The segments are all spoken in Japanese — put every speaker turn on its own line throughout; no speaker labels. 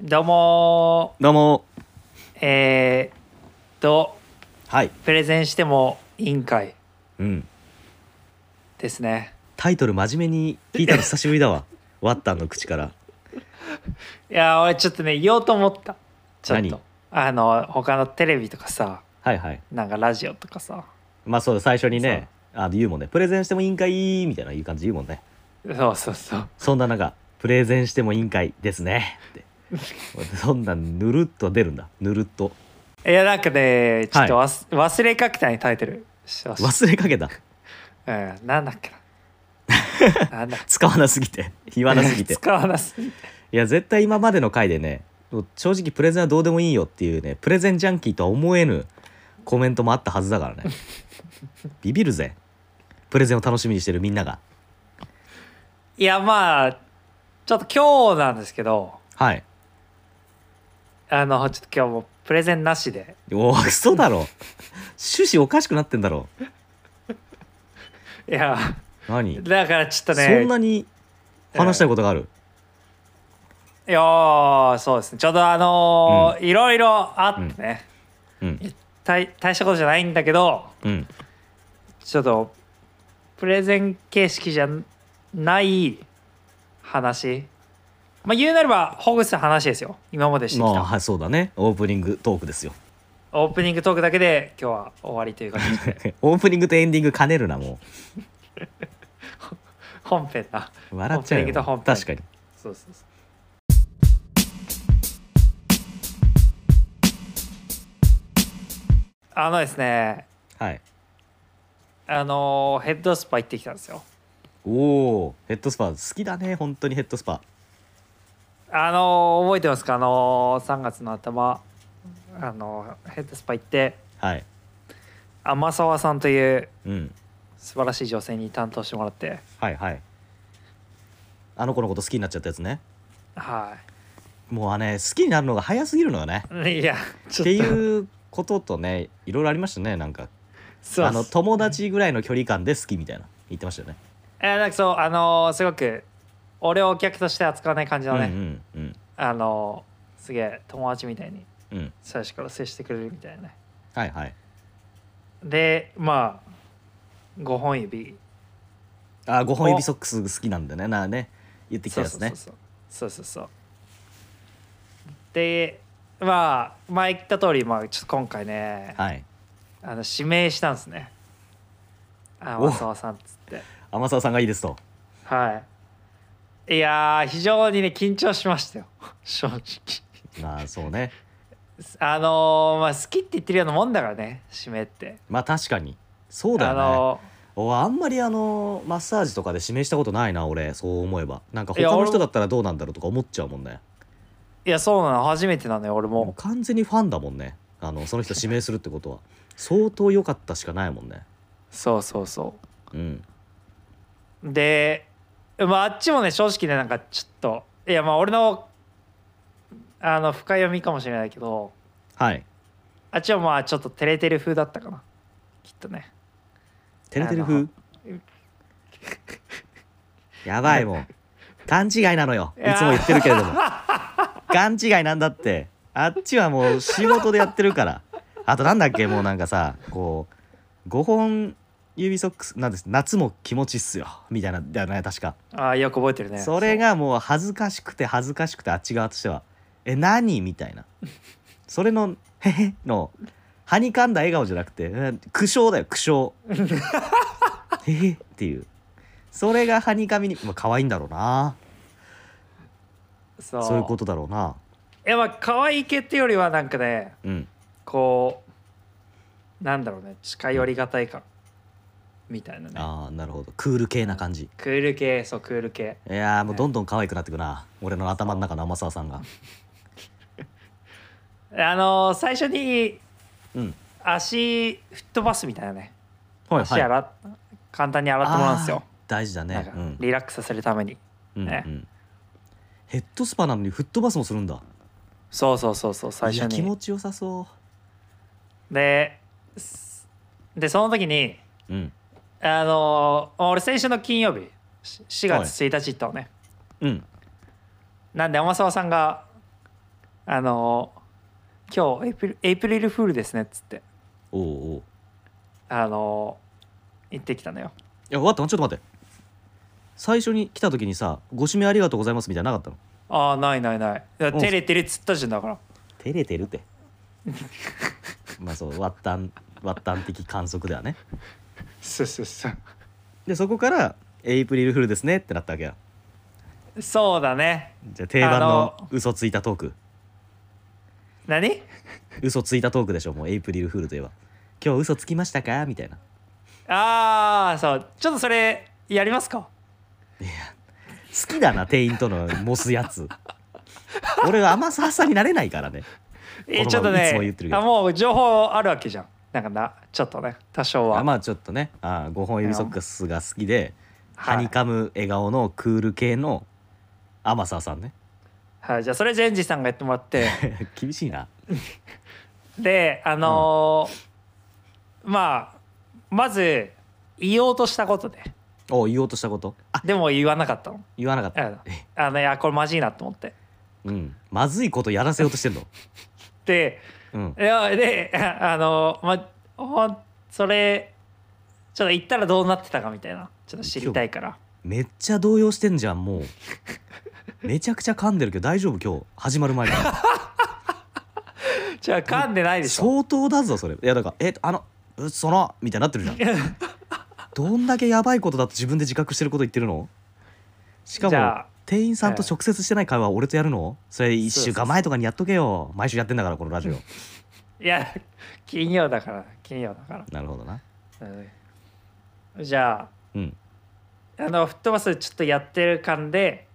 どうも
どうも
ーえー、っと
はい、
プレゼンしても委員会
うん、
ですね
タイトル真面目に聞いたの久しぶり だわワッタンの口から
いやー俺ちょっとね言おうと思ったちょっ
何
とあの他のテレビとかさ
はいはい
なんかラジオとかさ
まあそうだ最初にねあ言うもんねプレゼンしても委員会みたいな言う感じ言うもんね
そうそうそう
そんな中プレゼンしても委員会ですねってそんなぬるっと出るんだぬるっと
いやなんかねちょっとわす、忘れかけたにタイトルしてまし
忘れかけた
た、うん、なんだっけな なんだっけ
使わなすぎて言わなすぎて
使わなすぎて
いや絶対今までの回でねもう正直プレゼンはどうでもいいよっていうねプレゼンジャンキーとは思えぬコメントもあったはず だからねビビるぜプレゼンを楽しみにしてるみんなが
いやまあちょっと今日なんですけど
はい
あのちょっと今日もプレゼンなしで
おー嘘だろ趣旨おかしくなってんだろ
いや
何、
だからちょっとね
そんなに話したいことがある、
いやーそうですねちょっとあのーいろいろあってね、
うん
大大したことじゃないんだけど
うん
ちょっとプレゼン形式じゃない話まあ言うなればほぐす話ですよ今までして
ま
き
あ
た
はいそうだねオープニングトークですよ
オープニングトークだけで今日は終わりという感じで
オープニングとエンディング兼ねるなも
本編だ
う笑っちゃ
オープニン
う
グと本
よ
編
確かに
そうそうそうあのですね
はい
あのーヘッドスパ行ってきたんですよ
おおヘッドスパ好きだね本当にヘッドスパ
あのー覚えてますかあのー、3月の頭あのーヘッドスパ行って
はい
天沢さんという
うん
素晴らしい女性に担当してもらって
はいはいあの子のこと好きになっちゃったやつね
は
もうあね好きになるのが早すぎるのよね
いいやちょ
っ
ってと
いうこととねいろいろありましたねなんか
そう
あの友達ぐらいの距離感で好きみたいな言ってましたよね
えーなんかそうあのーすごく俺をお客として扱わない感じのね、
うんうん
あのーすげえ友達みたいに
うんうん
最初から接してくれるみたいなね
はいはい
でまあ5本指
あ5本指ソックス好きなんだねなあね言ってきたやつね
そうそうそうそうそうそうでまあ前言った通りまあちょっと今回ね
はい
あの指名したんですねあ
お
わさわさんっつって
天沢さんがいいですと
はいいやー非常にね緊張しましたよ 正直
まあそうね
あのーまあ好きって言ってるようなもんだからね指名って
まあ確かにそうだよ
あ
ね、
の
おあんまりあのマッサージとかで指名したことないな俺そう思えばなんか
い
他
や
の
俺も
人だったらどうなんだろうとか思っちゃうもんね
ーいやそうなの初めてなのよ俺
もう
も
完全にファンだもんねあのその人指名するってことは相当良かったしかないもんね
そうそうそ
うん
うでまああっちもね正直ねなんかちょっといやまあ俺のあの深読みかもしれないけど
はい
あっちはまあちょっと照れてる風だったかなきっとね
てるてる風
あの
やばいもう勘違いなのよいつも言ってるけれども勘違いなんだってあっちはもう仕事でやってるからあとなんだっけもうなんかさこう5本指ソックスなんです夏も気持ちいいっすよみたいなだよね確か、
ああよく覚えてるね
それがもう恥ずかしくて恥ずかしくてあっち側としてはえ何みたいなそれの「へへ」のはにかんだ笑顔じゃなくてえ苦笑だよ苦 笑へへっていうそれがはにかみにまあ可愛いんだろうな
そう
そういうことだろうない
やまあ可愛い系ってよりはなんかね
うん
こうなんだろうね近寄りがたい感みたいなね
ああなるほどクール系な感じ
クール系そうクール系
いやーもうどんどん可愛くなってくな俺の頭の中の天沢さんが
あのー最初に
うん
足吹っ飛ばすみたいなね
はい
足洗っ、簡単に洗ってもらうんですよ
あー大事だ
なん
ね
か
うん
リラックスさせるために、
うんう
ね
んヘッドスパなのにフットバスもするんだ
そうそうそうそう最
いや
初
気持
に
ちよさそ
ですでその時に
ううん
あのー俺先週の金曜日し4月1日行ったのね、
うん
なんで天沢さんがあの今日エイプリエイプリルフールですねっつって
おうおう
あの行ってきたのよ
いや、わったちょっと待って。最初に来た時にさ、ご指名ありがとうございますみたいなのなかったの
ああないないないだから
お
照れてるっつったじゃんだから
照れてる って。まあそう、ワッタン、ワッタン的観測ではね。
そうそうそう
で、そこから、エイプリルフールですねってなったわけや。
そうだね
じゃあ定番
あ
の
の
嘘ついたトーク。
何
嘘ついたトークでしょ、もうエイプリルフールといえば。今日嘘つきましたかみたいな。
ああそうちょっとそれやりますか
好きだな、店員とのモスや つ。俺は甘ささになれないからね。
えー
こ
ちょ
の
っと
ままいつも
ね
言ってるけど
あもう情報あるわけじゃんなんかなちょっとね多少は
あまあちょっとねあ5本指ソックスが好きで、
はい
はにかむ笑顔のクール系の天沢さんね
はい、じゃあそれジェンジさんがやってもらって
厳しいな
であのーまあまず言おうとしたことで
お言おうとしたことあ
でも言わなかったの
言わなかった
うんあのいやこれマジいなと思って
うんまずいことやらせようとしてんの
で
うん
いやで あのまほんそれちょっと言ったらどうなってたかみたいなちょっと知りたいから
めっちゃ動揺してんじゃんもうめちゃくちゃ噛んでるけど大丈夫今日始まる前か
じゃあ噛んでない
ら
でしょ
相当だぞそれいやだからえあのうそのみたいになってるじゃんどんだけやばいことだと自分で自覚してること言ってるのしか
じ
も
ゃあ
店員さんと直接してない会話俺とやるのそれ1週間前とかにやっとけよ毎週やってんだからこのラジオ
いや 金曜だから金曜だか
なるほどな
ら、うんじゃあ
うん
あのフットバスちょっとやってる感で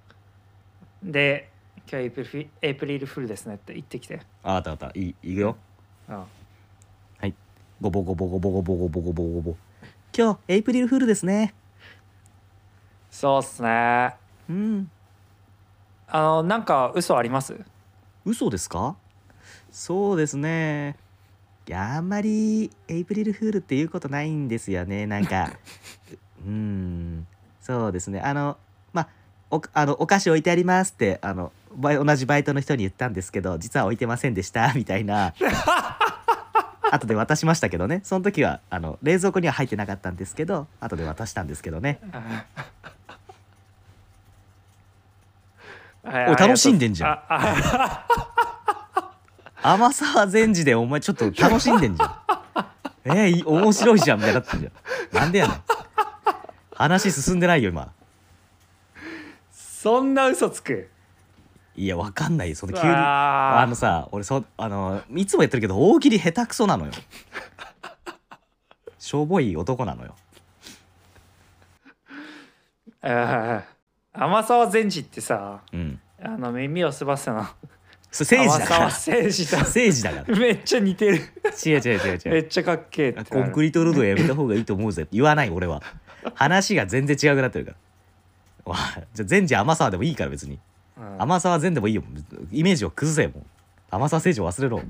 で今日エイプリフエイプリルフールですねって言ってきて、
あわかったわかったいいいくよ
うん、
はいごぼごぼごぼごぼごぼごぼごぼ今日エイプリルフールですね
そうっすね
うん
あのなんか嘘あります
嘘ですかそうですねいやあんまりエイプリルフールっていうことないんですよねなんかうーんそうですねあのまあおあのお菓子置いてありますってあのバイ同じバイトの人に言ったんですけど実は置いてませんでした みたいな後で渡しましたけどねその時はあの冷蔵庫には入ってなかったんですけど後で渡したんですけどね
はいあ
お
りがとう
楽しんでんじゃん
ああ
甘沢全治でお前ちょっと楽しんでん じゃんえーい面白いじゃんみたいになってんじゃんなんでやねん話進んでないよ今
そんな嘘つく
いやわかんないよその急に
うわー
あのさ俺そあのいつもやってるけど大喜利下手くそなのよしょぼい男なのよ
あー天沢善治ってさ
うん
あの耳をすばせの
それ政
天
治だか
沢
ら
善治だ
政治だから
めっちゃ似てる
違う違う違う違
め
う
っちゃかっけえってなる
コンクリートロードはやめた方がいいと思うぜって言わない俺は話が全然違うくなってるからおいじゃあ全治甘沢でもいいから別に
うん
甘さは善でもいいよイメージを崩せもう甘さ政治を忘れろ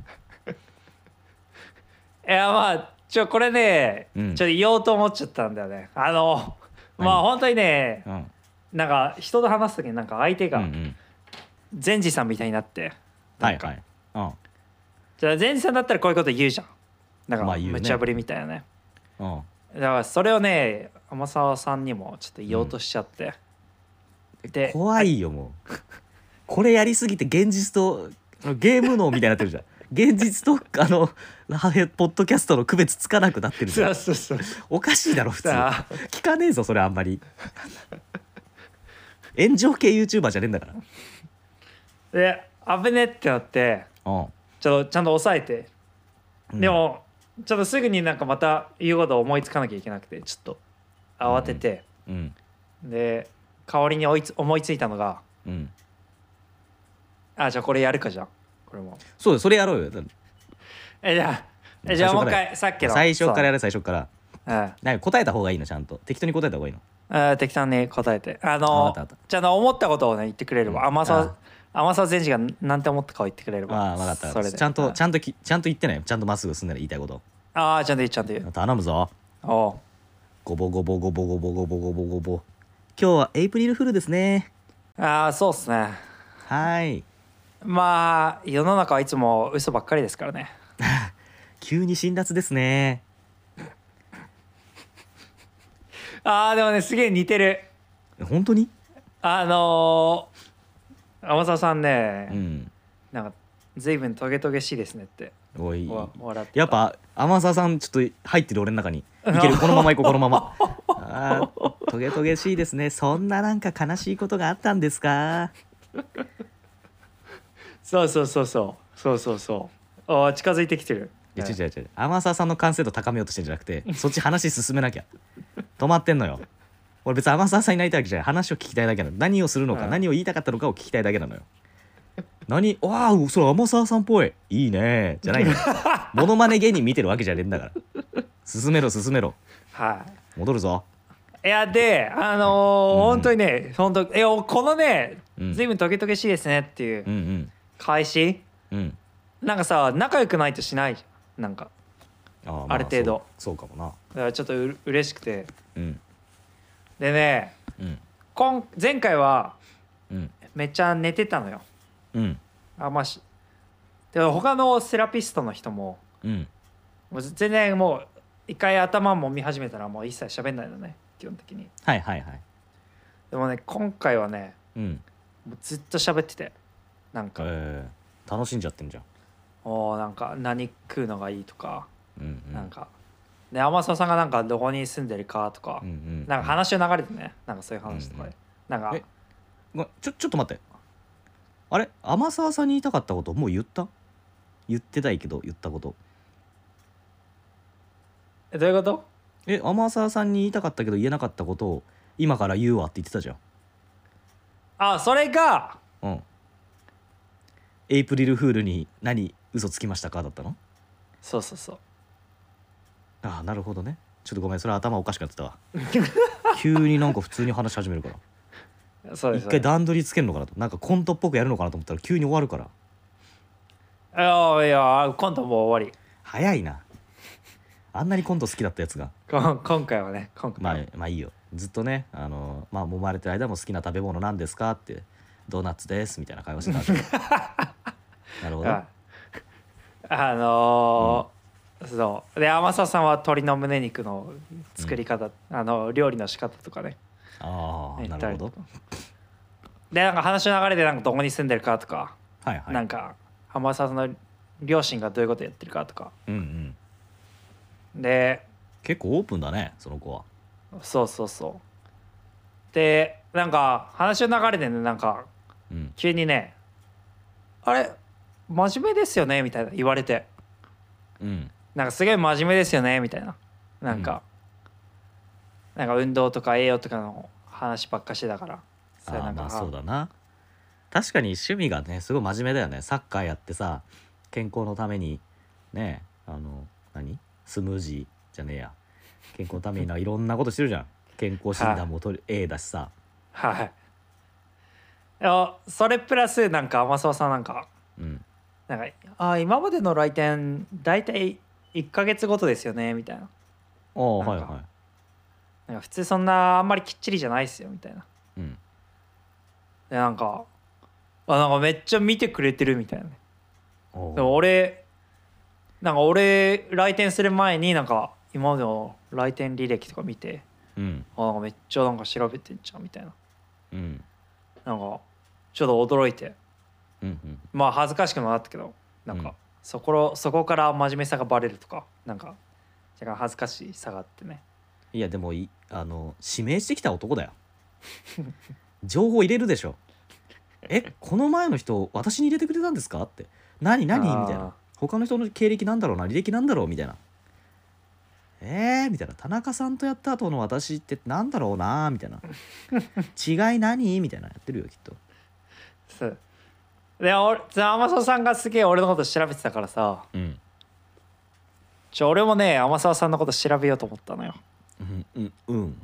いやまあちょこれね、
うん
ちょっと言おうと思っちゃったんだよねあのまあ
何
本当にね
うん
なんか人と話す時になんか相手
うんう
が
ん
善治さんみたいになって
は
ないんか
はいうん
じゃあ善治さんだったらこういうこと言うじゃんだか
ま
ら
あ言うね
無茶ぶりみたいなね,、
うん
だからそれをね天沢さんにもちょっと言おうとしちゃって、で
怖いよもうこれやりすぎて現実とあのゲーム脳みたいになってるじゃん現実とあのラヘポッドキャストの区別つかなくなってるじ
そ
ゃん
うそうそう
おかしいだろ普通
さあ
聞かねえぞそれあんまり炎上系 YouTuber じゃねえんだから
で危ねってなって
うん
ちょっとちゃんと抑えて、
うん
でもちょっとすぐになんかまた言うことを思いつかなきゃいけなくてちょっと慌てて、
うん
で代わりに追いつ思いついたのが
うん
あじゃあこれやるかじゃんこれも
そうだよそれやろうよだって
えじゃあえじゃあ
最
もう
初
一
から
回さっきの
最初からやれ最初から
そう
なんか答えた方がいいのちゃんと適当に答えた方がいいの
うんあ適当に答えてあ
わかっ
の
たわかった
じゃあの思ったことをね言ってくれれば、
うん
甘
あ
さ甘さ全治がなんて思ったかを言ってくれれば
ああ分かったわか
それ
った
で
ちゃん
う
とちゃんときちゃんと言ってねちゃんとまっすぐ進んでね言いたいこと
ああちゃんと言うちゃんと言う
頼むぞ
おう
ごぼごぼごぼごぼごぼごぼごぼ今日はエイプリルフールですね
ああそうっすね
はい
まあ世の中はいつも嘘ばっかりですからね
急に辛辣ですね
あーでもねすげえ似てる
本当に
あのー、天沢さんね、
うん
なんか随分トゲトゲしいですねって
おい
わ笑ってた
やっぱ天沢さんちょっと入ってる俺の中にいけるこのままいこうこの ままあートゲトゲしいですねそんななんか悲しいことがあったんですか
そうそうそうそうそうそうそうあー近づいてきてる
いや違う違う違う天沢さんの完成度高めようとしてんじゃなく てそっち話進めなきゃ止まってんのよ俺別に天沢さんになりたいわけじゃない話を聞きたいだけなの何をするのか、
うん
何を言いたかったのかを聞きたいだけなのよ何わあそれ天沢さんっぽいいいねじ ゃないのよモノマネ芸人見てるわけじゃねえんだから進めろ進めろ
はい
戻るぞ
いやであのー
うん
本当にね本当いやこのね
うん
随分トゲトゲしいですねっていううん開始、
うんうん
なんかさ仲良くないとしないじゃんなんか
あーま
ある程度
そうそうかも
だからちょっとう嬉しくて
なうん
でね
うん
今前回は
うん
めっちゃ寝てたのよ
うん
あまあしでも他のセラピストの人も
うん
もう全然もう一回頭もみ始めたらもう一切喋んないのね基本的に
はいはいはい
でもね今回はね
うん
もうずっと喋っててなんか、
えー、楽しんじゃってんじゃん
おーなんか何食うのがいいとか、
うんうん
なんかで天沢さんがなんかどこに住んでるかとか、
うんうん
なんか話の流れてねなんかそういう話とかで、なんか
えごめんちょちょっと待ってあれ天沢さんに言いたかったこともう言った言ってないけど言ったこと
えどういうこと
え天沢さんに言いたかったけど言えなかったことを今から言うわって言ってたじゃん
あそれが
うんエイプリルフールに何嘘つきましたかだったの
そうそうそう
ああなるほどねちょっとごめんそれ頭おかしくなってたわ 急になんか普通に話し始めるから
そうです
一
そう
回
です
段取りつけるのかなとなんかコントっぽくやるのかなと思ったら急に終わるから
あーいや今度もう終わり
早いなあんなにコント好きだったやつが
こ今回はね今回
ま
は
あ、まあいいよずっとねあの、まあ、揉まれてる間も好きな食べ物なんですかってドーナツですみたいな会話してた んだけどなるほど
ああのーそうで天沢さんは鶏の胸肉の作り方、あの料理の仕方とかね
ああ
言
な
った
る
り
ほ
と
ど
かでなんか話の流れでなんかどこに住んでるかとか、
はいはい
なんか天沢さんの両親がどういうことやってるかとか
うんうん
で
結構オープンだねその子は
そうそうそうでなんか話の流れでねなんか
うん
急にね「あれ真面目ですよね」みたいな言われて
うん
なんかすげえ真面目ですよねみたいななんか、なんか運動とか栄養とかの話ばっかしてたから
あ
れな
ー
んか
まあそうだな確かに趣味がねすごい真面目だよねサッカーやってさ健康のためにねあの何スムージーじゃねえや健康のためにないろんなことしてるじゃん健康診断も取る A だしさ
はいいやそれプラスなんか天沢さん なんか
うん
なんかあ今までの来店大体1ヶ月ごとですよねみたいな
ああ
なんか
はいは、
なんか普通そんなあんまりきっちりじゃないっすよみたいない
うん、
でなんかあなんかめっちゃ見てくれてるみたいなね
おう
でも俺なんか俺来店する前になんか今までの来店履歴とか見て
うん
あなんかめっちゃなんか調べてんじゃんみたいな
うん
なんかちょっと驚いて
うんうん
まあ恥ずかしくもなったけどなん
うん
かそころそこから真面目さがバレるとかなんか若干恥ずかしさがあってね
いやでもいあの指名してきた 男だよ情報入れるでしょえこの前の人私に入れてくれたんですかって何何
あー
みたいな他の人の経歴なんだろうな履歴なんだろうみたいなえー、みたいな田中さんとやった後の私ってなんだろうなみたいな違い何みたいなやってるよきっと
そうで俺天沢さんがすげえ俺のこと調べてたからさ
うん
ちょ俺もね天沢さんのこと調べようと思ったのよ
うんうんうん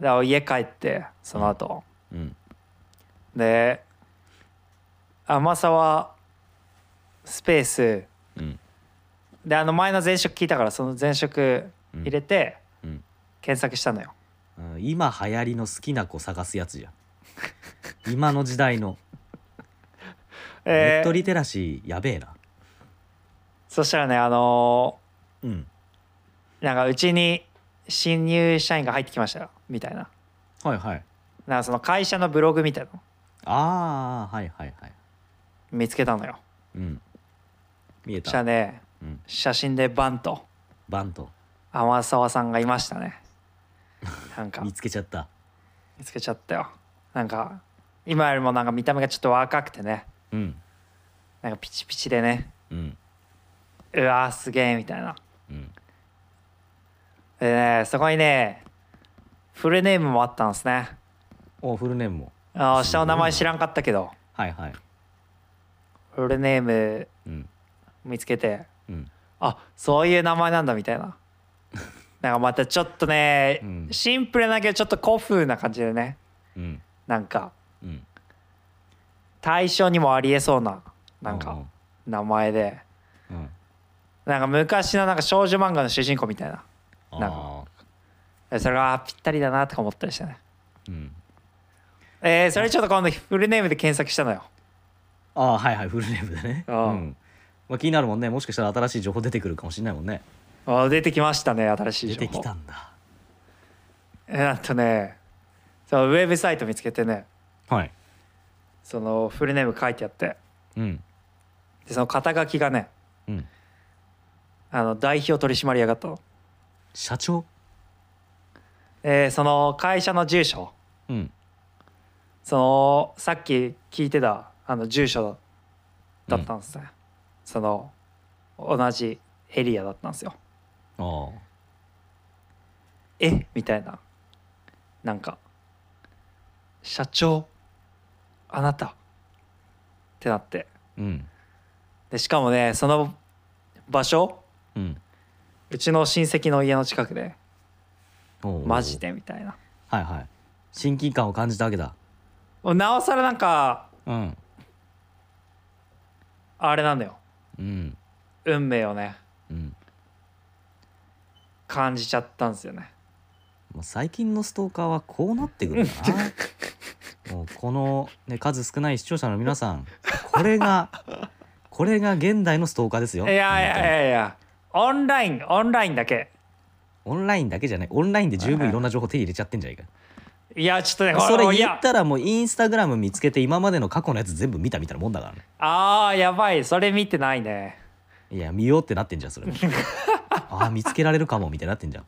で家帰ってその後、
うん
で甘さはスペース
うん
であの前の前職聞いたからその前職入れて
うん
検索したのよ、
うん今流行り の好きな子探すやつじゃん今の時代のネ
え
ット
ー
リテラシーやべえな。
そしたらねあの
うん。
ーなんかうちに新入社員が入ってきましたよみたいな
はいはい。
なんかその会社のブログみたいなの
ああ、はいはいはい。
見つけたのよ
うん。見え
そしたら
た。
ね
うん。
写真でバンと
バンと
天沢さんがいましたねなんか
見つけちゃった。
見つけちゃったよなんか今よりもなんか見た目がちょっと若くてね
うん。
なんかピチピチでね
うん。
うわーすげえみたいな
うん。
でねそこにねフルネームもあったんですね
お、フルネームも。
あー
す
下
ごいな
の名前知らんかったけど
はいはい。
フルネーム
うん。
見つけて
うん。
あそういう名前なんだみたい ななんかまたちょっとね、
うん
シンプルだけどちょっと古風な感じでね
うん。
なんか
うん。
対象にもありえそうななんか名前で
うん。うん。
なんか昔のなんか少女漫画の主人公みたいな
あ
なん
あ。
えそれはぴったりだなとか思ったりしてね
うん。
えー、それちょっと今度フルネームで検索したのよ
ああ、はいはい。フルネームでね。
あー
うん。まあ、気になるもんね。もしかしたら新しい情報出てくるかもしれないもんね。
あー出てきましたね新しい
出
情報
てきたんだ。
えーあとねそうウェブサイト見つけてね
はい。
そのフルネーム書いてあって
うん。
でその肩書きがね
うん。
あの代表取締役だったの、
社長
えーその会社の住所
うん。
そのさっき聞いてたあの住所だったんですね、その同じエリアだったんですよ
ああ。
えみたいななんか「社長あなた」ってなって
うん。
でしかもねその場所
うん。
うちの親戚の家の近くで
おー
マジ。でみたいな
はいはい。親近感を感じたわけだ。
もうなおさらなんか
うん。
あれなんだよ
うん。
運命をね
うん。
感じちゃったんですよね
もう最近のストーカーはこうなってくるんだ な。もうこの、ね、数少ない視聴者の皆さんこれがこれが現代のストーカーです
い
よ。
やいやい
本
やいやオンラインオンラインだけ
当にオンラインだけじゃないオンラインで十分いろんな情報手に入れちゃってんじゃないか。
いやちょっとね
そ
お
れ
い
言
や
ったらもうインスタグラム見つけて今までの過去のやつ全部見たみたいなもんだからね。
あーやばいそれ見てないね
いや見ようってなってんじゃんそ れも。あー見つけられるかもみたいになってんじゃん。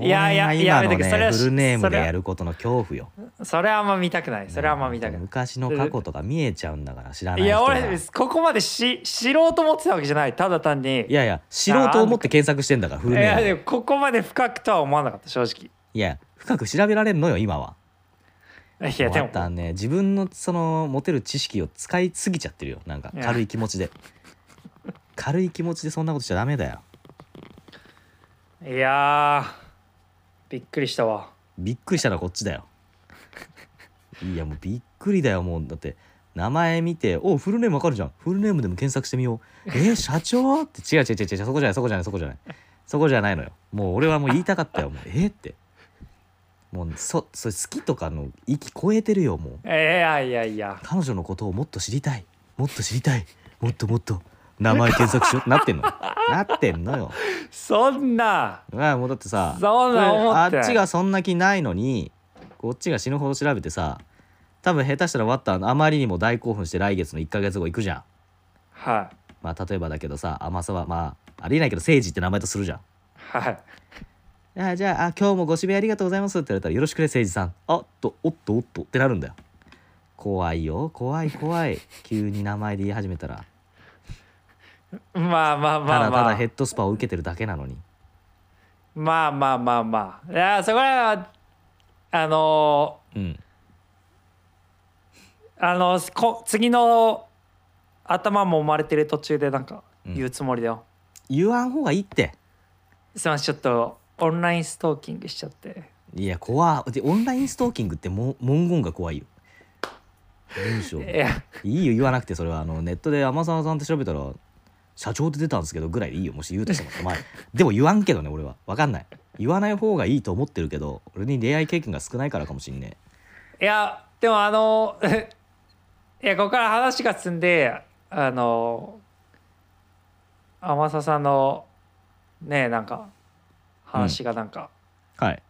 いやいや
これが今の
やめてくれそれは
ねフルネーム
そ
で
れは
やることの恐怖よ。
それはあんま見たくないそれはあんま見たくない、
昔の過去とか見えちゃうんだから知らない
い
人
や
が
俺ここまでし知ろうと思ってたわけじゃないただ単に
い
や
やいや知ろうと思って検索してんだからフルネーム
いやでもここまで深くとは思わなかった正直
いや深く調べられんのよ今はい
やで
また
も
ね自分のその持てる知識を使いすぎちゃってるよなんか
いや
軽い気持ちで軽い気持ちでそんなことしちゃダメだよ
いやーびっくりしたわ
びっくりしたのはこっちだよいやもうびっくりだよもうだって名前見ておフルネームわかるじゃんフルネームでも検索してみようえー、社長って違う違う違う違うそこじゃないそこじゃないそこじゃないそこじゃないのよもう俺はもう言いたかったよもうえーってもうそそれ好きとかの域超えてるよもう
いやいやいや
彼女のことをもっと知りたいもっと知りたいもっともっと名前検索しようなってんのなってんのよ
そんな
ああもうだってさ
そんな思
あ
ってない
っちがそんな気ないのにこっちが死ぬほど調べてさ多分下手したらワッターあまりにも大興奮して来月の1ヶ月後行くじゃん
はい
まあ例えばだけどさ甘さはまあありえないけど誠治って名前とするじゃん
はい
ああじゃああ今日もご指名ありがとうございますって言われたらよろしくね誠治さんあっとおっとおっとってなるんだよ怖いよ怖い怖い急に名前で言い始めたら
まあまあ
た
まあ
だた
ま
だ
あ
ヘッドスパを受けてるだけなのに
まあまあまあまあいやそこはあの
うん
ーあのーこ次の頭も生まれてる途中でなんか
うん
言うつもりだよ、
言わん方がいいって
すいませんちょっとオンラインストーキングしちゃって
いや怖っでオンラインストーキングっても文言が怖いよ文章
いや
いいよ言わなくてそれはあのネットで天沢さんって調べたら社長って出たんですけどぐらいでいいよもし言うとしてもお前でも言わんけどね俺は分かんない言わない方がいいと思ってるけど俺に恋愛経験が少ないからかもしんね
いやでもあのー いいやここから話が進んであの天佐さんのねなんか話がなんか、
はい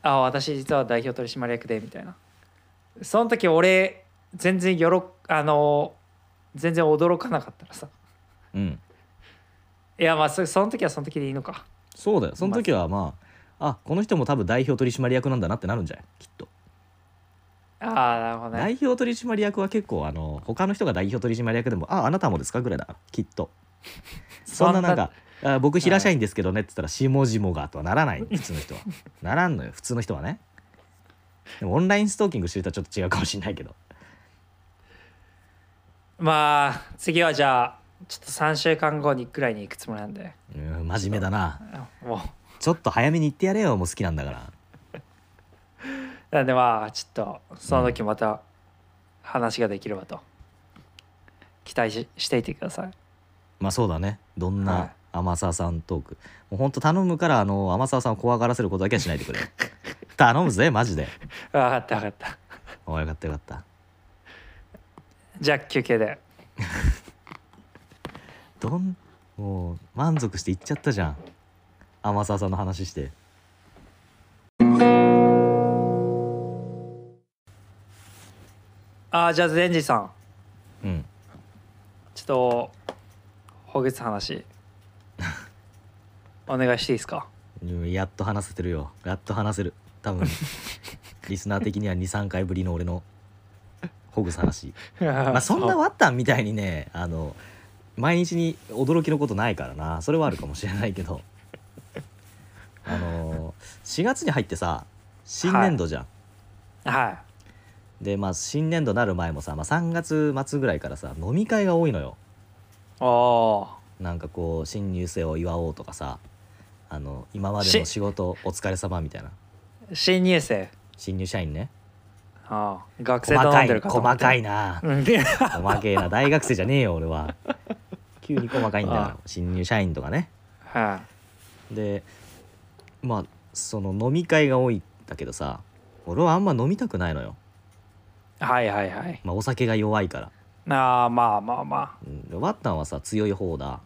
あ私実は代表取締役でみたいなその時俺全然よろあの全然驚かなかったらさ
うん
いやまあそその時はその時でいいのか
そうだよその時はまああこの人も多分代表取締役なんだなってなるんじゃないきっと
ああなるほどね
代表取締役は結構あの他の人が代表取締役でも「ああなたもですか?」ぐらいだからきっ とそんななんか「あ僕平社員ですけどね」って言ったら「しもじもが」とはならない普通の 人はならんのよ普通の人はねでもオンラインストーキングしてる人はちょっと違うかもしれないけど
まあ次はじゃあちょっと3週間後にくらいに行くつもりなんで
うん真面目だな
もう
ちょっと早めに言ってやれよもう好きなんだから
なんでまあちょっとその時また話ができればと期待ししていてください
まあそうだねどん
はい
な天沢さんトークもうほんと頼むからあの天沢さんを怖がらせることだけはしないでくれ頼むぜマジで
分かった分かった
およかったよかった
じゃあ休憩で
どんもう満足して行っちゃったじゃん天沢さんの話して
ああじゃあ善治さん
うん
ちょっとほぐす話お願いしていいですか
うんやっと話せてるよやっと話せる多 分リスナー的には23回ぶりの俺のほぐす話まあそんなワッタンみたいにねあの毎日に驚きのことないからなそれはあるかもしれないけどあの4月に入ってさ新年度じゃん、
は
でまあ新年度なる前もさ、まあ、3月末ぐらいからさ飲み会が多いのよ
いおー
なんかこう新入生を祝おうとかさあの今までの
し
仕事お疲れ様みたいな
新入生
新入社員ね
あー学生
細
と飲
か
んで
い
るかと思っ
細
て
かいな
うん
細けえな大学生じゃねえよ俺は急に細かいんだか
ああ
ら新入社員とかね
は
でまあその飲み会が多いんだけどさ俺はあんま飲みたくないのよ、
いはいはいはい
まあ、お酒が弱いから、
ああまあまあま
うんでワッタンはさ強い方だ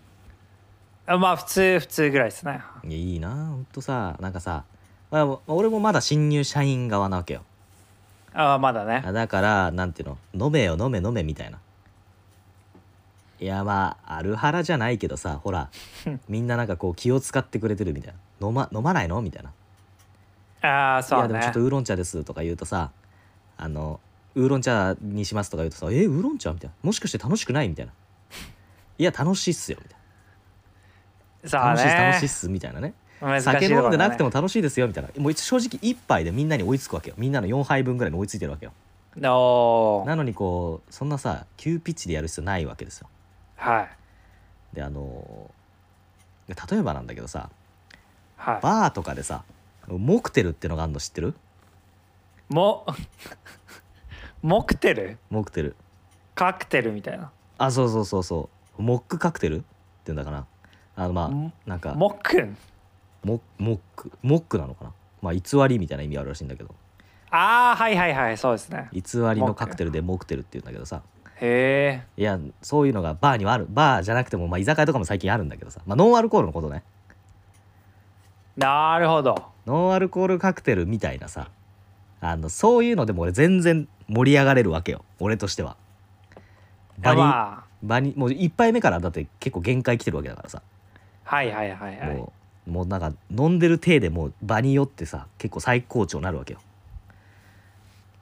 あまあ普通普通ぐらいですね
いやいいなほんとさなんかさ、まあ、まあ俺もまだ新入社員側なわけよ
ああまだね
あだからなんていうの飲めよ飲め飲めみたいないやまあアルハラじゃないけどさ ほらみんななんかこう気を使ってくれてるみたいな飲ま飲まないのみたいな
ああ
い
そ
や
う
でもちょっ
ね
とウーロン茶ですとか言うとさあのウーロン茶にしますとか言うとさえウーロン茶みたいなもしかして楽しくないみたいないや楽しいっすよみたい
さ
な
あ
楽しいっす楽しいっ
ね
すみたいなね
難しい
酒
とこ
飲ん
ろ
で
だね
なくても楽しいですよみたいなもう正直一杯でみんなに追いつくわけよみんなの4杯分ぐらいに追いついてるわけよ
おー
なのにこうそんなさ急ピッチでやる必要ないわけですよ
はい
であので例えばなんだけどさ
は
バーとかでさモクテルってのがあるの知ってる
いも モクテル
モクテル
カクテルみたいな
あそうそうそうそうモックカクテルって言うんだかなあのま
ん
あなんかモ
モックン
モックモックなのかなまあ偽りみたいな意味あるらしいんだけど
ああはいはいはいそうですね
偽りのカクテルでモクテルって言うんだけどさ
へえ
いやそういうのがバーにはあるバーじゃなくても、まあ、居酒屋とかも最近あるんだけどさ、まあ、ノンアルコールのことね
なるほど
ノンアルコールカクテルみたいなさあのそういうのでも俺全然盛り上がれるわけよ俺としては場に,、
ま
場にもう1杯目からだって結構限界来てるわけだからさ
あはいはいはいはい
もうもうなんか飲んでる体でもう場によってさ結構最高潮になるわけよ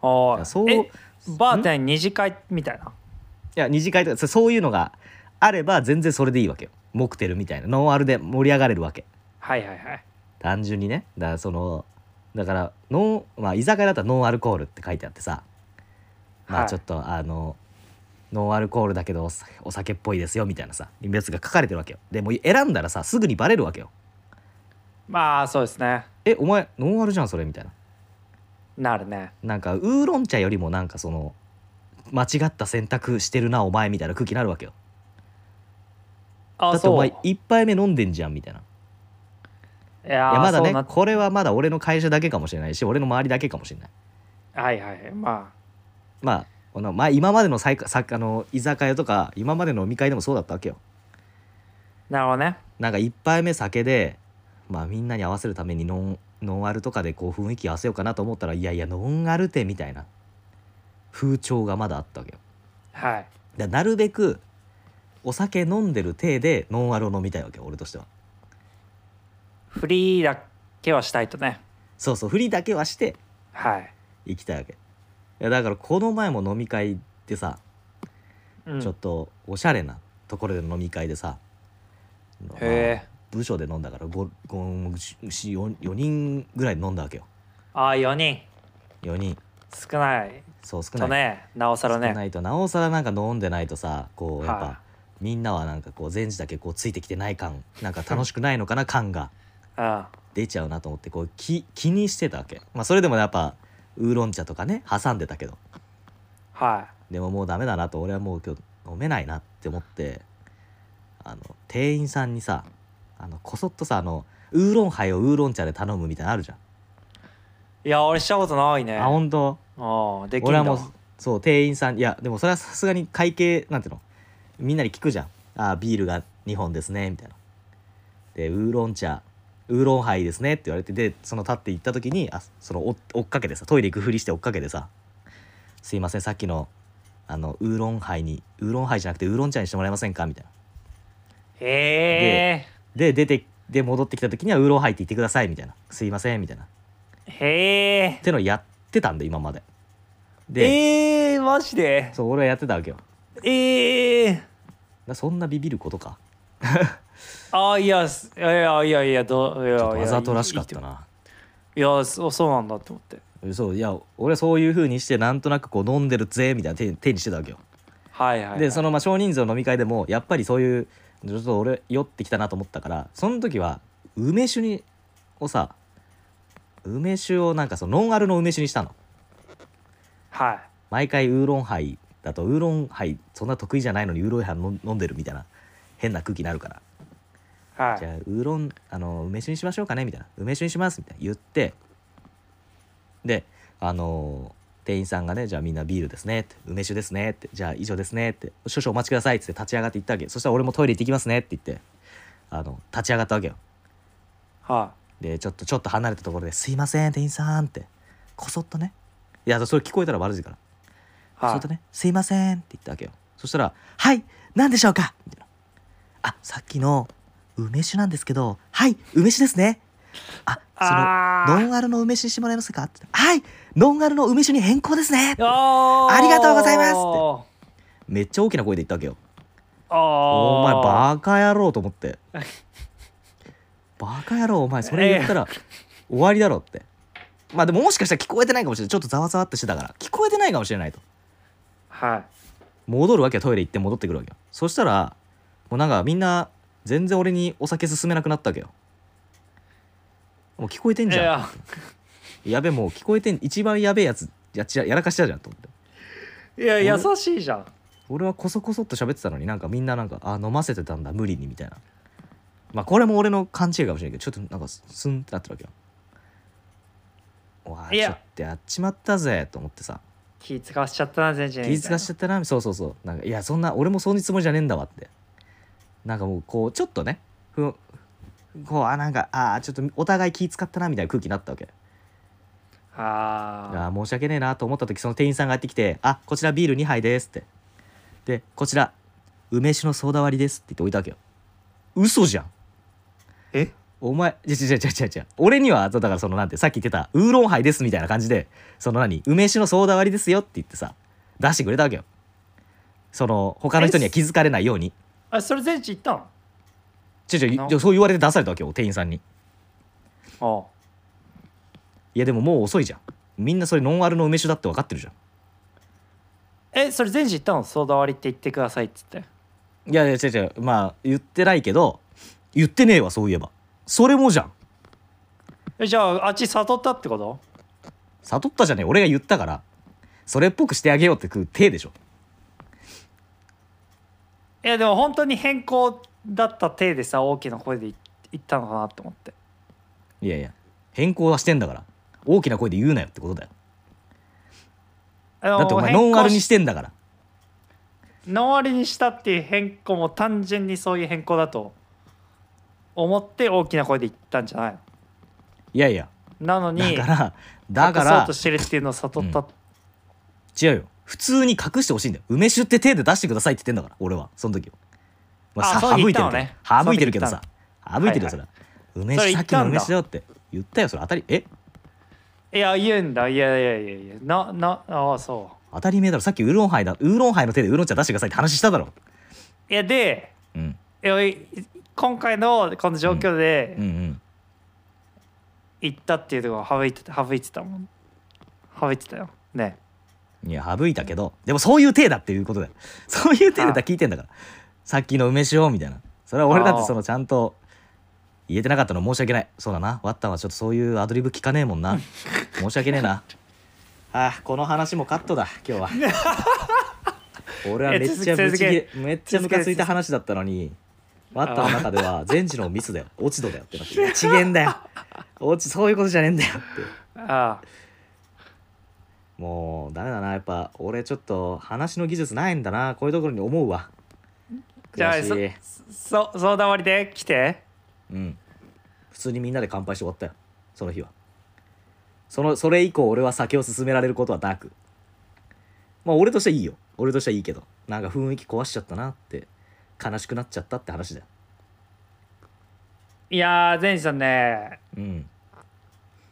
おー
そう
えバーテン二次会みたいない
や二次会とかそそういうのがあれば全然それでいいわけよモクテルみたいなノンアルで盛り上がれるわけ
はいはいはい
単純にねだからそのだからノン、まあ、居酒屋だったらノンアルコールって書いてあってさま
は
あ
い
ちょっと、あのノンアルコールだけどお酒お酒っぽいですよみたいなさやつが書かれてるわけよでもう選んだらさすぐにバレるわけよ
まあそうですね
えお前ノンアルじゃんそれみたいな
なるね
なんかウーロン茶よりもなんかその間違った選択してるなお前みたいな空気になるわけよだ
あ
ってお
そう
前
い
1杯目飲んでんじゃんみたいない
や
いやまだ
そう
ね
なっ
これはまだ俺の会社だけかもしれないし俺の周りだけかもしれない
はいはいま
まあこのまあ今までのさいさあの居酒屋とか今までの飲み会でもそうだったわけよ
なるほどね
なんか一杯目酒で、まあ、みんなに合わせるためにノンノンアルとかでこう雰囲気合わせようかなと思ったらいやいやノンアルテみたいな風潮がまだあったわけよ
はい
だなるべくお酒飲んでる体でノンアルを飲みたいわけよ俺としては
フリーだけはしたいとね
そうそう振りだけはして
はい、
行きたいわけいやだからこの前も飲み会でさ、
うん、
ちょっとおしゃれなところでの飲み会でさまあ
へえ
部署で飲んだから4人ぐらい飲んだわけよ
ああ4人
4人
少ない
そう少な
と
い
ねなおさらね
少ないとなおさらなんか飲んでないとさこうやっぱ、
は
みんなはなんかこう前時だけこうついてきてない感なんか楽しくないのかな感が
うん
出ちゃうなと思ってこう気気にしてたわけ、まあ、それでもやっぱウーロン茶とかね挟んでたけど
は
でももうダメだなと俺はもう今日飲めないなって思ってあの店員さんにさあのこそっとさあのウーロンハイをウーロン茶で頼むみたいなのあるじゃん、
いいや俺したことないね
あ
あ
本当
あできん
俺
だ
はもうそう店員さんいやでもそれはさすがに会計なんていうのみんなに聞くじゃんあービールが2本ですねみたいなでウーロン茶ウーロンハイですねって言われてでその立って行った時にあその追っ追っかけてさトイレ行くふりして追っかけてさ「すいませんさっきのあのウーロンハイにウーロンハイじゃなくてウーロン茶にしてもらえませんか?」みたいな
へ
で出てで戻ってきた時には「ウーロンハイって言ってください」みたいな「すいません」みたいなっ
えへえ
てのやってたんで今までで、
えー、マジで
そう俺はやってたわけよだか
ええー、
らそんなビビることか
あいやすいやいやいやどいやいや
ちょっとわざとらしかったない
やそうそうなんだって思って
そういや俺はそういう風にしてなんとなくこう飲んでるぜみたいな手手にしてたわけよ、
はいはい、はい、
でそのまあ少人数の飲み会でもやっぱりそういうちょっと俺酔ってきたなと思ったからその時は梅酒にをさ梅酒をなんかそのノンアルの梅酒にしたの
は
毎回ウーロンハイだとウーロンハイそんな得意じゃないのにウーロンハイ飲ん飲んでるみたいな変な空気になるから
いはい
じゃあウーロンあの梅酒にしましょうかねみたいな梅酒にしますみたいな言ってであのー店員さんがねじゃあみんなビールですねって梅酒ですねってじゃあ以上ですねって少々お待ちくださいっつって立ち上がって行ったわけそしたら俺もトイレ行ってきますねって言ってあの立ち上がったわけよ
は
でちょっとちょっと離れたところで「すいません店員さん」ってこそっとねいやそれ聞こえたら悪いから
いは
そ
い
れとね「すいません」って言ったわけよそしたら「はい何でしょうか?」みたいな「あさっきの梅酒なんですけどはい梅酒ですね」あ
あ
そ
ー
のノンアルの梅酒にしてもらえますか?」って言ったらはいノンアルの梅酒に変更ですね」
あ
ありがとうございますって
お
めっちゃ大きな声で言ったわけよお前
あ
バカ野郎と思ってバカ野郎お前それ言ったら終わりだろってまあでももしかしたら聞こえてないかもしれないちょっとざわざわってしてたから聞こえてないかもしれないと
はい
戻るわけよトイレ行って戻ってくるわけよそしたらもうなんかみんな全然俺にお酒進めなくなったわけよもう聞こえてん
い
じゃ
や
んやべもう聞こえてん一番やべえやつやっちゃやらかしたじゃんと思って
いや
俺
優しいじゃん
俺はこそこそっと喋ってたのになんかみんななんかあ飲ませてたんだ無理にみたいなまあこれも俺の勘違いかもしれないけどちょっとなんかスンってなってるわけようわあ
い
ち
や
ょっとやっちまったぜと思ってさ
気使わしちゃったな全然
気遣わしちゃったなそうそうそうなんかいやそんな俺もそういうつもりじゃねえんだわってなんかもうこうちょっとねふんこうあなんかあーちょっとお互い気使ったなみたいな空気になったわけ
あ
あー申し訳ねえなと思った時その店員さんがやってきて「あこちらビール2杯です」ってで「こちら梅酒のソーダ割りです」って言って置いたわけよ嘘じゃん
え
お前違う違う違う違う違う俺にはだからそのなんてさっき言ってた「ウーロンハイです」みたいな感じでその何梅酒のソーダ割りですよって言ってさ出してくれたわけよその他の人には気づかれないように
あそれ全治行った
違う違
な
うそう言われて出されたわけよ店員さんに
の
いやでももう遅いじゃんみんなそれノンアルの梅酒だって分かってるじゃん
あえそれ全治行ったの相談割りって言ってくださいって言って
いやいや違う違うまあ言ってないけど言ってねえわそういえばそれもじゃん
えじゃああっち悟ったってこと
悟ったじゃねえ俺が言ったからそれっぽくしてあげようってく手でしょ
いやでも本当に変更だった体でさ大きな声で言ったのかなと思って
いやいや変更はしてんだから大きな声で言うなよってことだよ
あの
だってお前ノ
変更
ンアルにしてんだから
ノンアルにしたっていう変更も単純にそういう変更だと思って大きな声で言ったんじゃない
いやいや
のなのに
だからだか
隠そう
ら
としてるっていうのを悟った、
う違うよ普通に隠してほしいんだよ梅酒って手で出してくださいって言ってんだから俺はその時を、ま
あ
さ
そう言
省
っ
いて
たの
るけど、
ね
省いてるけど
そう
さ省いてるよ
はい
それ
は
は、梅
それ言
酒さ
っ
っきの
たんだ
梅酒だよって言ったよそれ当たりえ
いや言うんだいやいやいやいやななああそ
当たり前だろさっきウーロンハイだウーロンハイの手でウーロン茶出してくださいって話しただろ
ういやで
うん
いやい今回のこの状況で
うんうん
行ったっていうところを省いてた省いてたもん省いてたよね
いや省いたけどでもそういう体だっていうことだよ そういう体でだ聞いてんだからさっきの梅酒をみたいなそれは俺だってそのちゃんと言えてなかったの申し訳ないそうだなワッタンはちょっとそういうアドリブ聞かねえ もんな申し訳ねえなあーこの話もカットだ 今日は俺はめっちゃ
え続け
ぶち切れ
続
めっちゃムカついた話だったのにワッタンの中では全治のミスだよ落ち度だよってなっ ていや違えんだよ落ちそういうことじゃねえんだよって
ああ
もうダメだなやっぱ俺ちょっと話の技術ないんだなこういうところに思うわ
じゃあ
悔しい
そ相談割りで来て
うん普通にみんなで乾杯して終わったよその日はそのそれ以降俺は酒を勧められることはなくまあ俺としてはいいよ俺としてはいいけどなんか雰囲気壊しちゃったなって悲しくなっちゃったって話だよ
いやー前治さんね
うん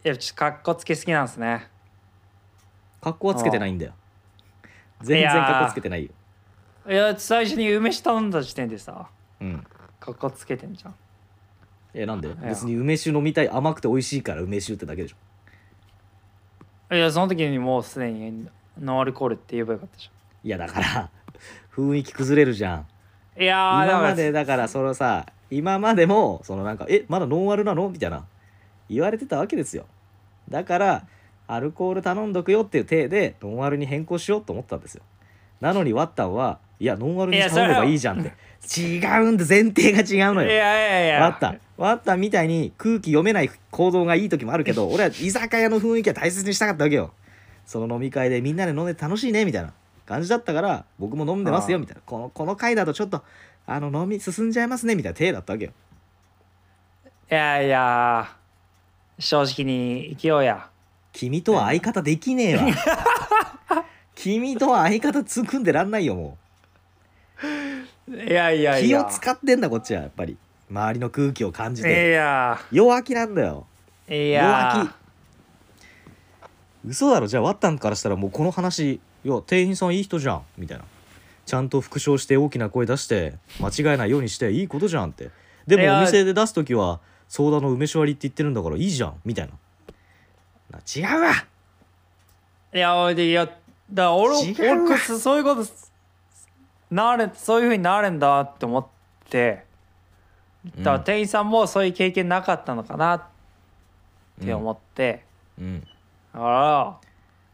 いやちょっとかっこつけすぎなんですね
格好はつけてないんだよ全
い
然
やー
格好つけてないよ
いや最初に梅酒頼んだ時点でさ
うん
かっこつけてんじゃん
えなんで
いや
別に梅酒飲みたい甘くて美味しいから梅酒ってだけでしょ
いやその時にもうすでにノンアルコールって言えばよかったじ
いやだから 雰囲気崩れるじゃん
ゃんいやー
今まで
だか
だからそのさ今までもそのなんか「えまだノンアルなの?」みたいな言われてたわけですよだからアルコール頼んどくよっていう体でノンアルに変更しようと思ったんですよなのにワッタンはいやノンアルに頼めばいいじゃんって違うんだ前提が違う
ら
の
い
よ
やいやいや
ワッタンワッタンみたいに空気読めない行動がいい時もある けど俺は居酒屋の雰囲気は大切にしたかったわけよその飲み会でみんなで飲んで楽しいねみたいな感じだったから僕も飲んでますよ
ああ
みたいなこのこの回だとちょっとあの飲み進んじゃいますねみたいな体だったわけよ
いやいや正直に生きようや
君とは相方でき ねえわ君とは相方つくんでらんないよも
いやいや
う
い
気
や
を使ってんだこっちはやっぱり周りの空気を感じ
い
て
や
弱気なんだよ
い
弱
や
気嘘だろじゃあワッタンからしたらもうこの話いや店員さんいい人じゃんみたいなちゃんと復唱して大きな声出して間違えないようにしていいことじゃんってで
いや
もお店で出す時はソーダの梅酒割りって言ってるんだからいいじゃんみたいなな違うわ
いや俺でいやだから俺
違うわ
俺こそそういうことなれそういうふうになれんだって思ってだから店員さんもそういう経験なかったのかなって思って、
うん
だから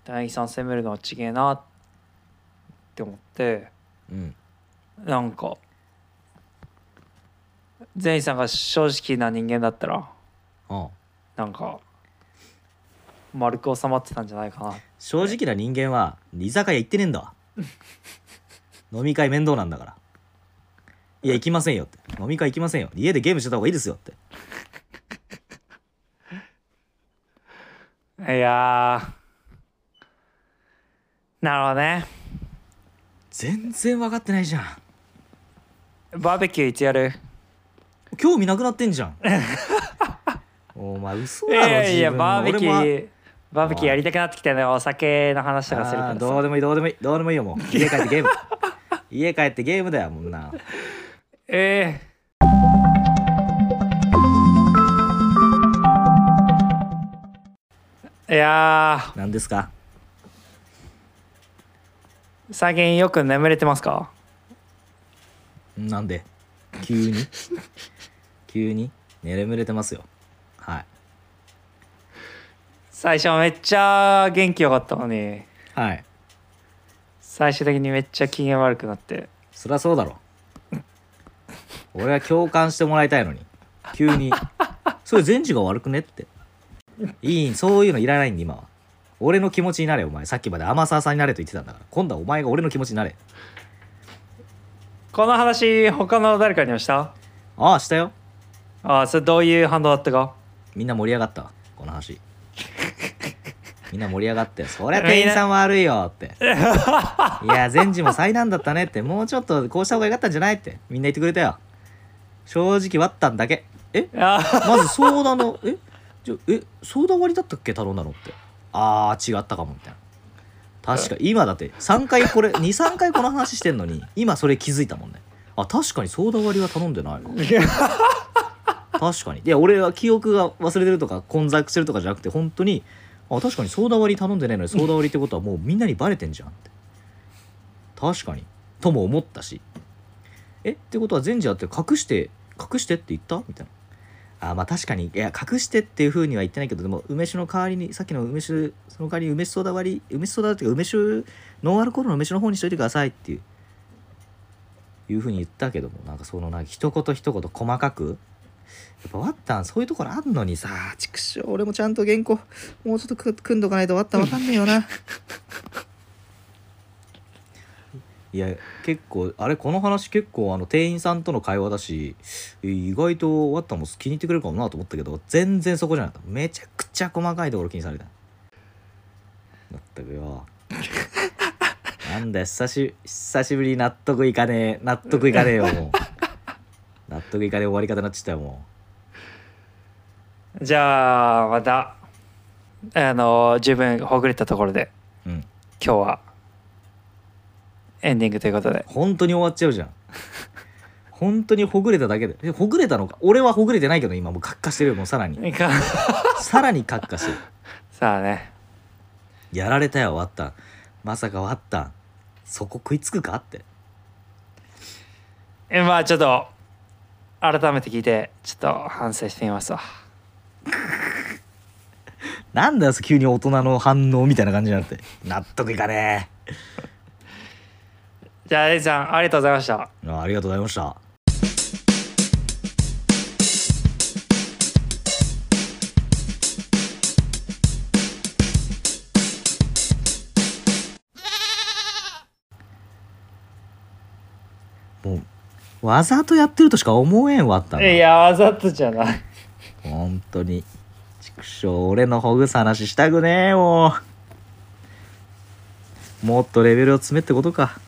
店員さん責めるのはちげえなって思って
うん
なんか善意さんが正直な人間だったら
ああ
なんか丸く収まってたんじゃないかな
正直な人間は居酒屋行ってねえんだわ飲み会面倒なんだからいや行きませんよって飲み会行きませんよ家でゲームしてた方がいいですよって
いやーなるほどね
全然分かってないじゃん
バーベキューいつやる
興味なくなってん じゃんお前嘘
い
だろ
やいや
自分の
バーベキュ
俺も
ーバーベキューやりたくなってきたよねお酒の話とかするか
あ
ら
ーどう
さ
でもいいどうでもいいどうでもいいよもう 家帰ってゲーム家帰ってゲームだよもんな
ええいや
何ですか
ー最近よく眠れてますか
なんで急 に急に眠れてますよはい
最初めっちゃ元気よかったのに
はい
最終的にめっちゃ機嫌悪くなって
そりゃそうだろ俺は共感してもらいたいのに急にそれ全治が悪くねっていいそういうのいらないんで今は俺の気持ちになれお前さっきまで天沢さんになれと言ってたんだから今度はお前が俺の気持ちになれ
この話他の誰かにもした
ああしたよ
ああそれどういう反応だったか
みんな盛り上がったわこの話みんな盛り上がってそりゃ店員さん悪いよっていや善治も災難だったねってもうちょっとこうした方が良かったんじゃないってみんな言ってくれたよ正直割ったんだけえ
あ
まず相談のえじゃえ相談割りだったっけ太郎なのってあー違ったかもみたいな確か今だって3回これ23 回この話してんのに今それ気づいたもんねあ確かに相談割りは頼んでないわ確かにいや俺は記憶が忘れてるとか混雑してるとかじゃなくて本当にあ確かにソーダ割り頼んでないのにソーダ割りってことはもうみんなにバレてんじゃんって確かにとも思ったしえってことは善治だって隠して隠してって言ったみたいなあまあ確かにいや隠してっていうふうには言ってないけどでも梅酒の代わりにさっきの梅酒その代わりに梅酒ソーダ割り梅酒ソーダっていうか梅酒ノンアルコールの梅酒の方にしといてくださいっていういうふうに言ったけどもなんかそのなんか一言一言細かくやっぱワッタンそういうところあんのにさ畜生俺もちゃんと原稿もうちょっとく組んどかないとワッタンわかんねえよないや結構あれこの話結構あの店員さんとの会話だし意外とワッタンも気に入ってくれるかもなと思ったけど全然そこじゃなかっためちゃくちゃ細かいところ気にされたまったくよなんだ久し久しぶりに納得いかねえ納得いかねえよもう納得いかねえ終わり方になっちゃったよもう。
じゃあまたあの十分ほぐれたところで
うん、
今日はエンディングということで
本当に終わっちゃうじゃん本当にほぐれただけでえほぐれたのか俺はほぐれてないけど今もうカッカしてるよもうさらに
いかん
さらにカッカしてる
さあね
やられたよワッタンまさかワッタンそこ食いつくかって
えまあちょっと改めて聞いてちょっと反省してみますわ
なんだよ急に大人の反応みたいな感じになって納得いかね
じゃあエイジさんありがとうございました
えあありがとうございましたもうわざとやってるとしか思えんわったんだ
いやわざとじゃない
本当に畜生俺のほぐす話したくねえもうもっとレベルを詰めってことか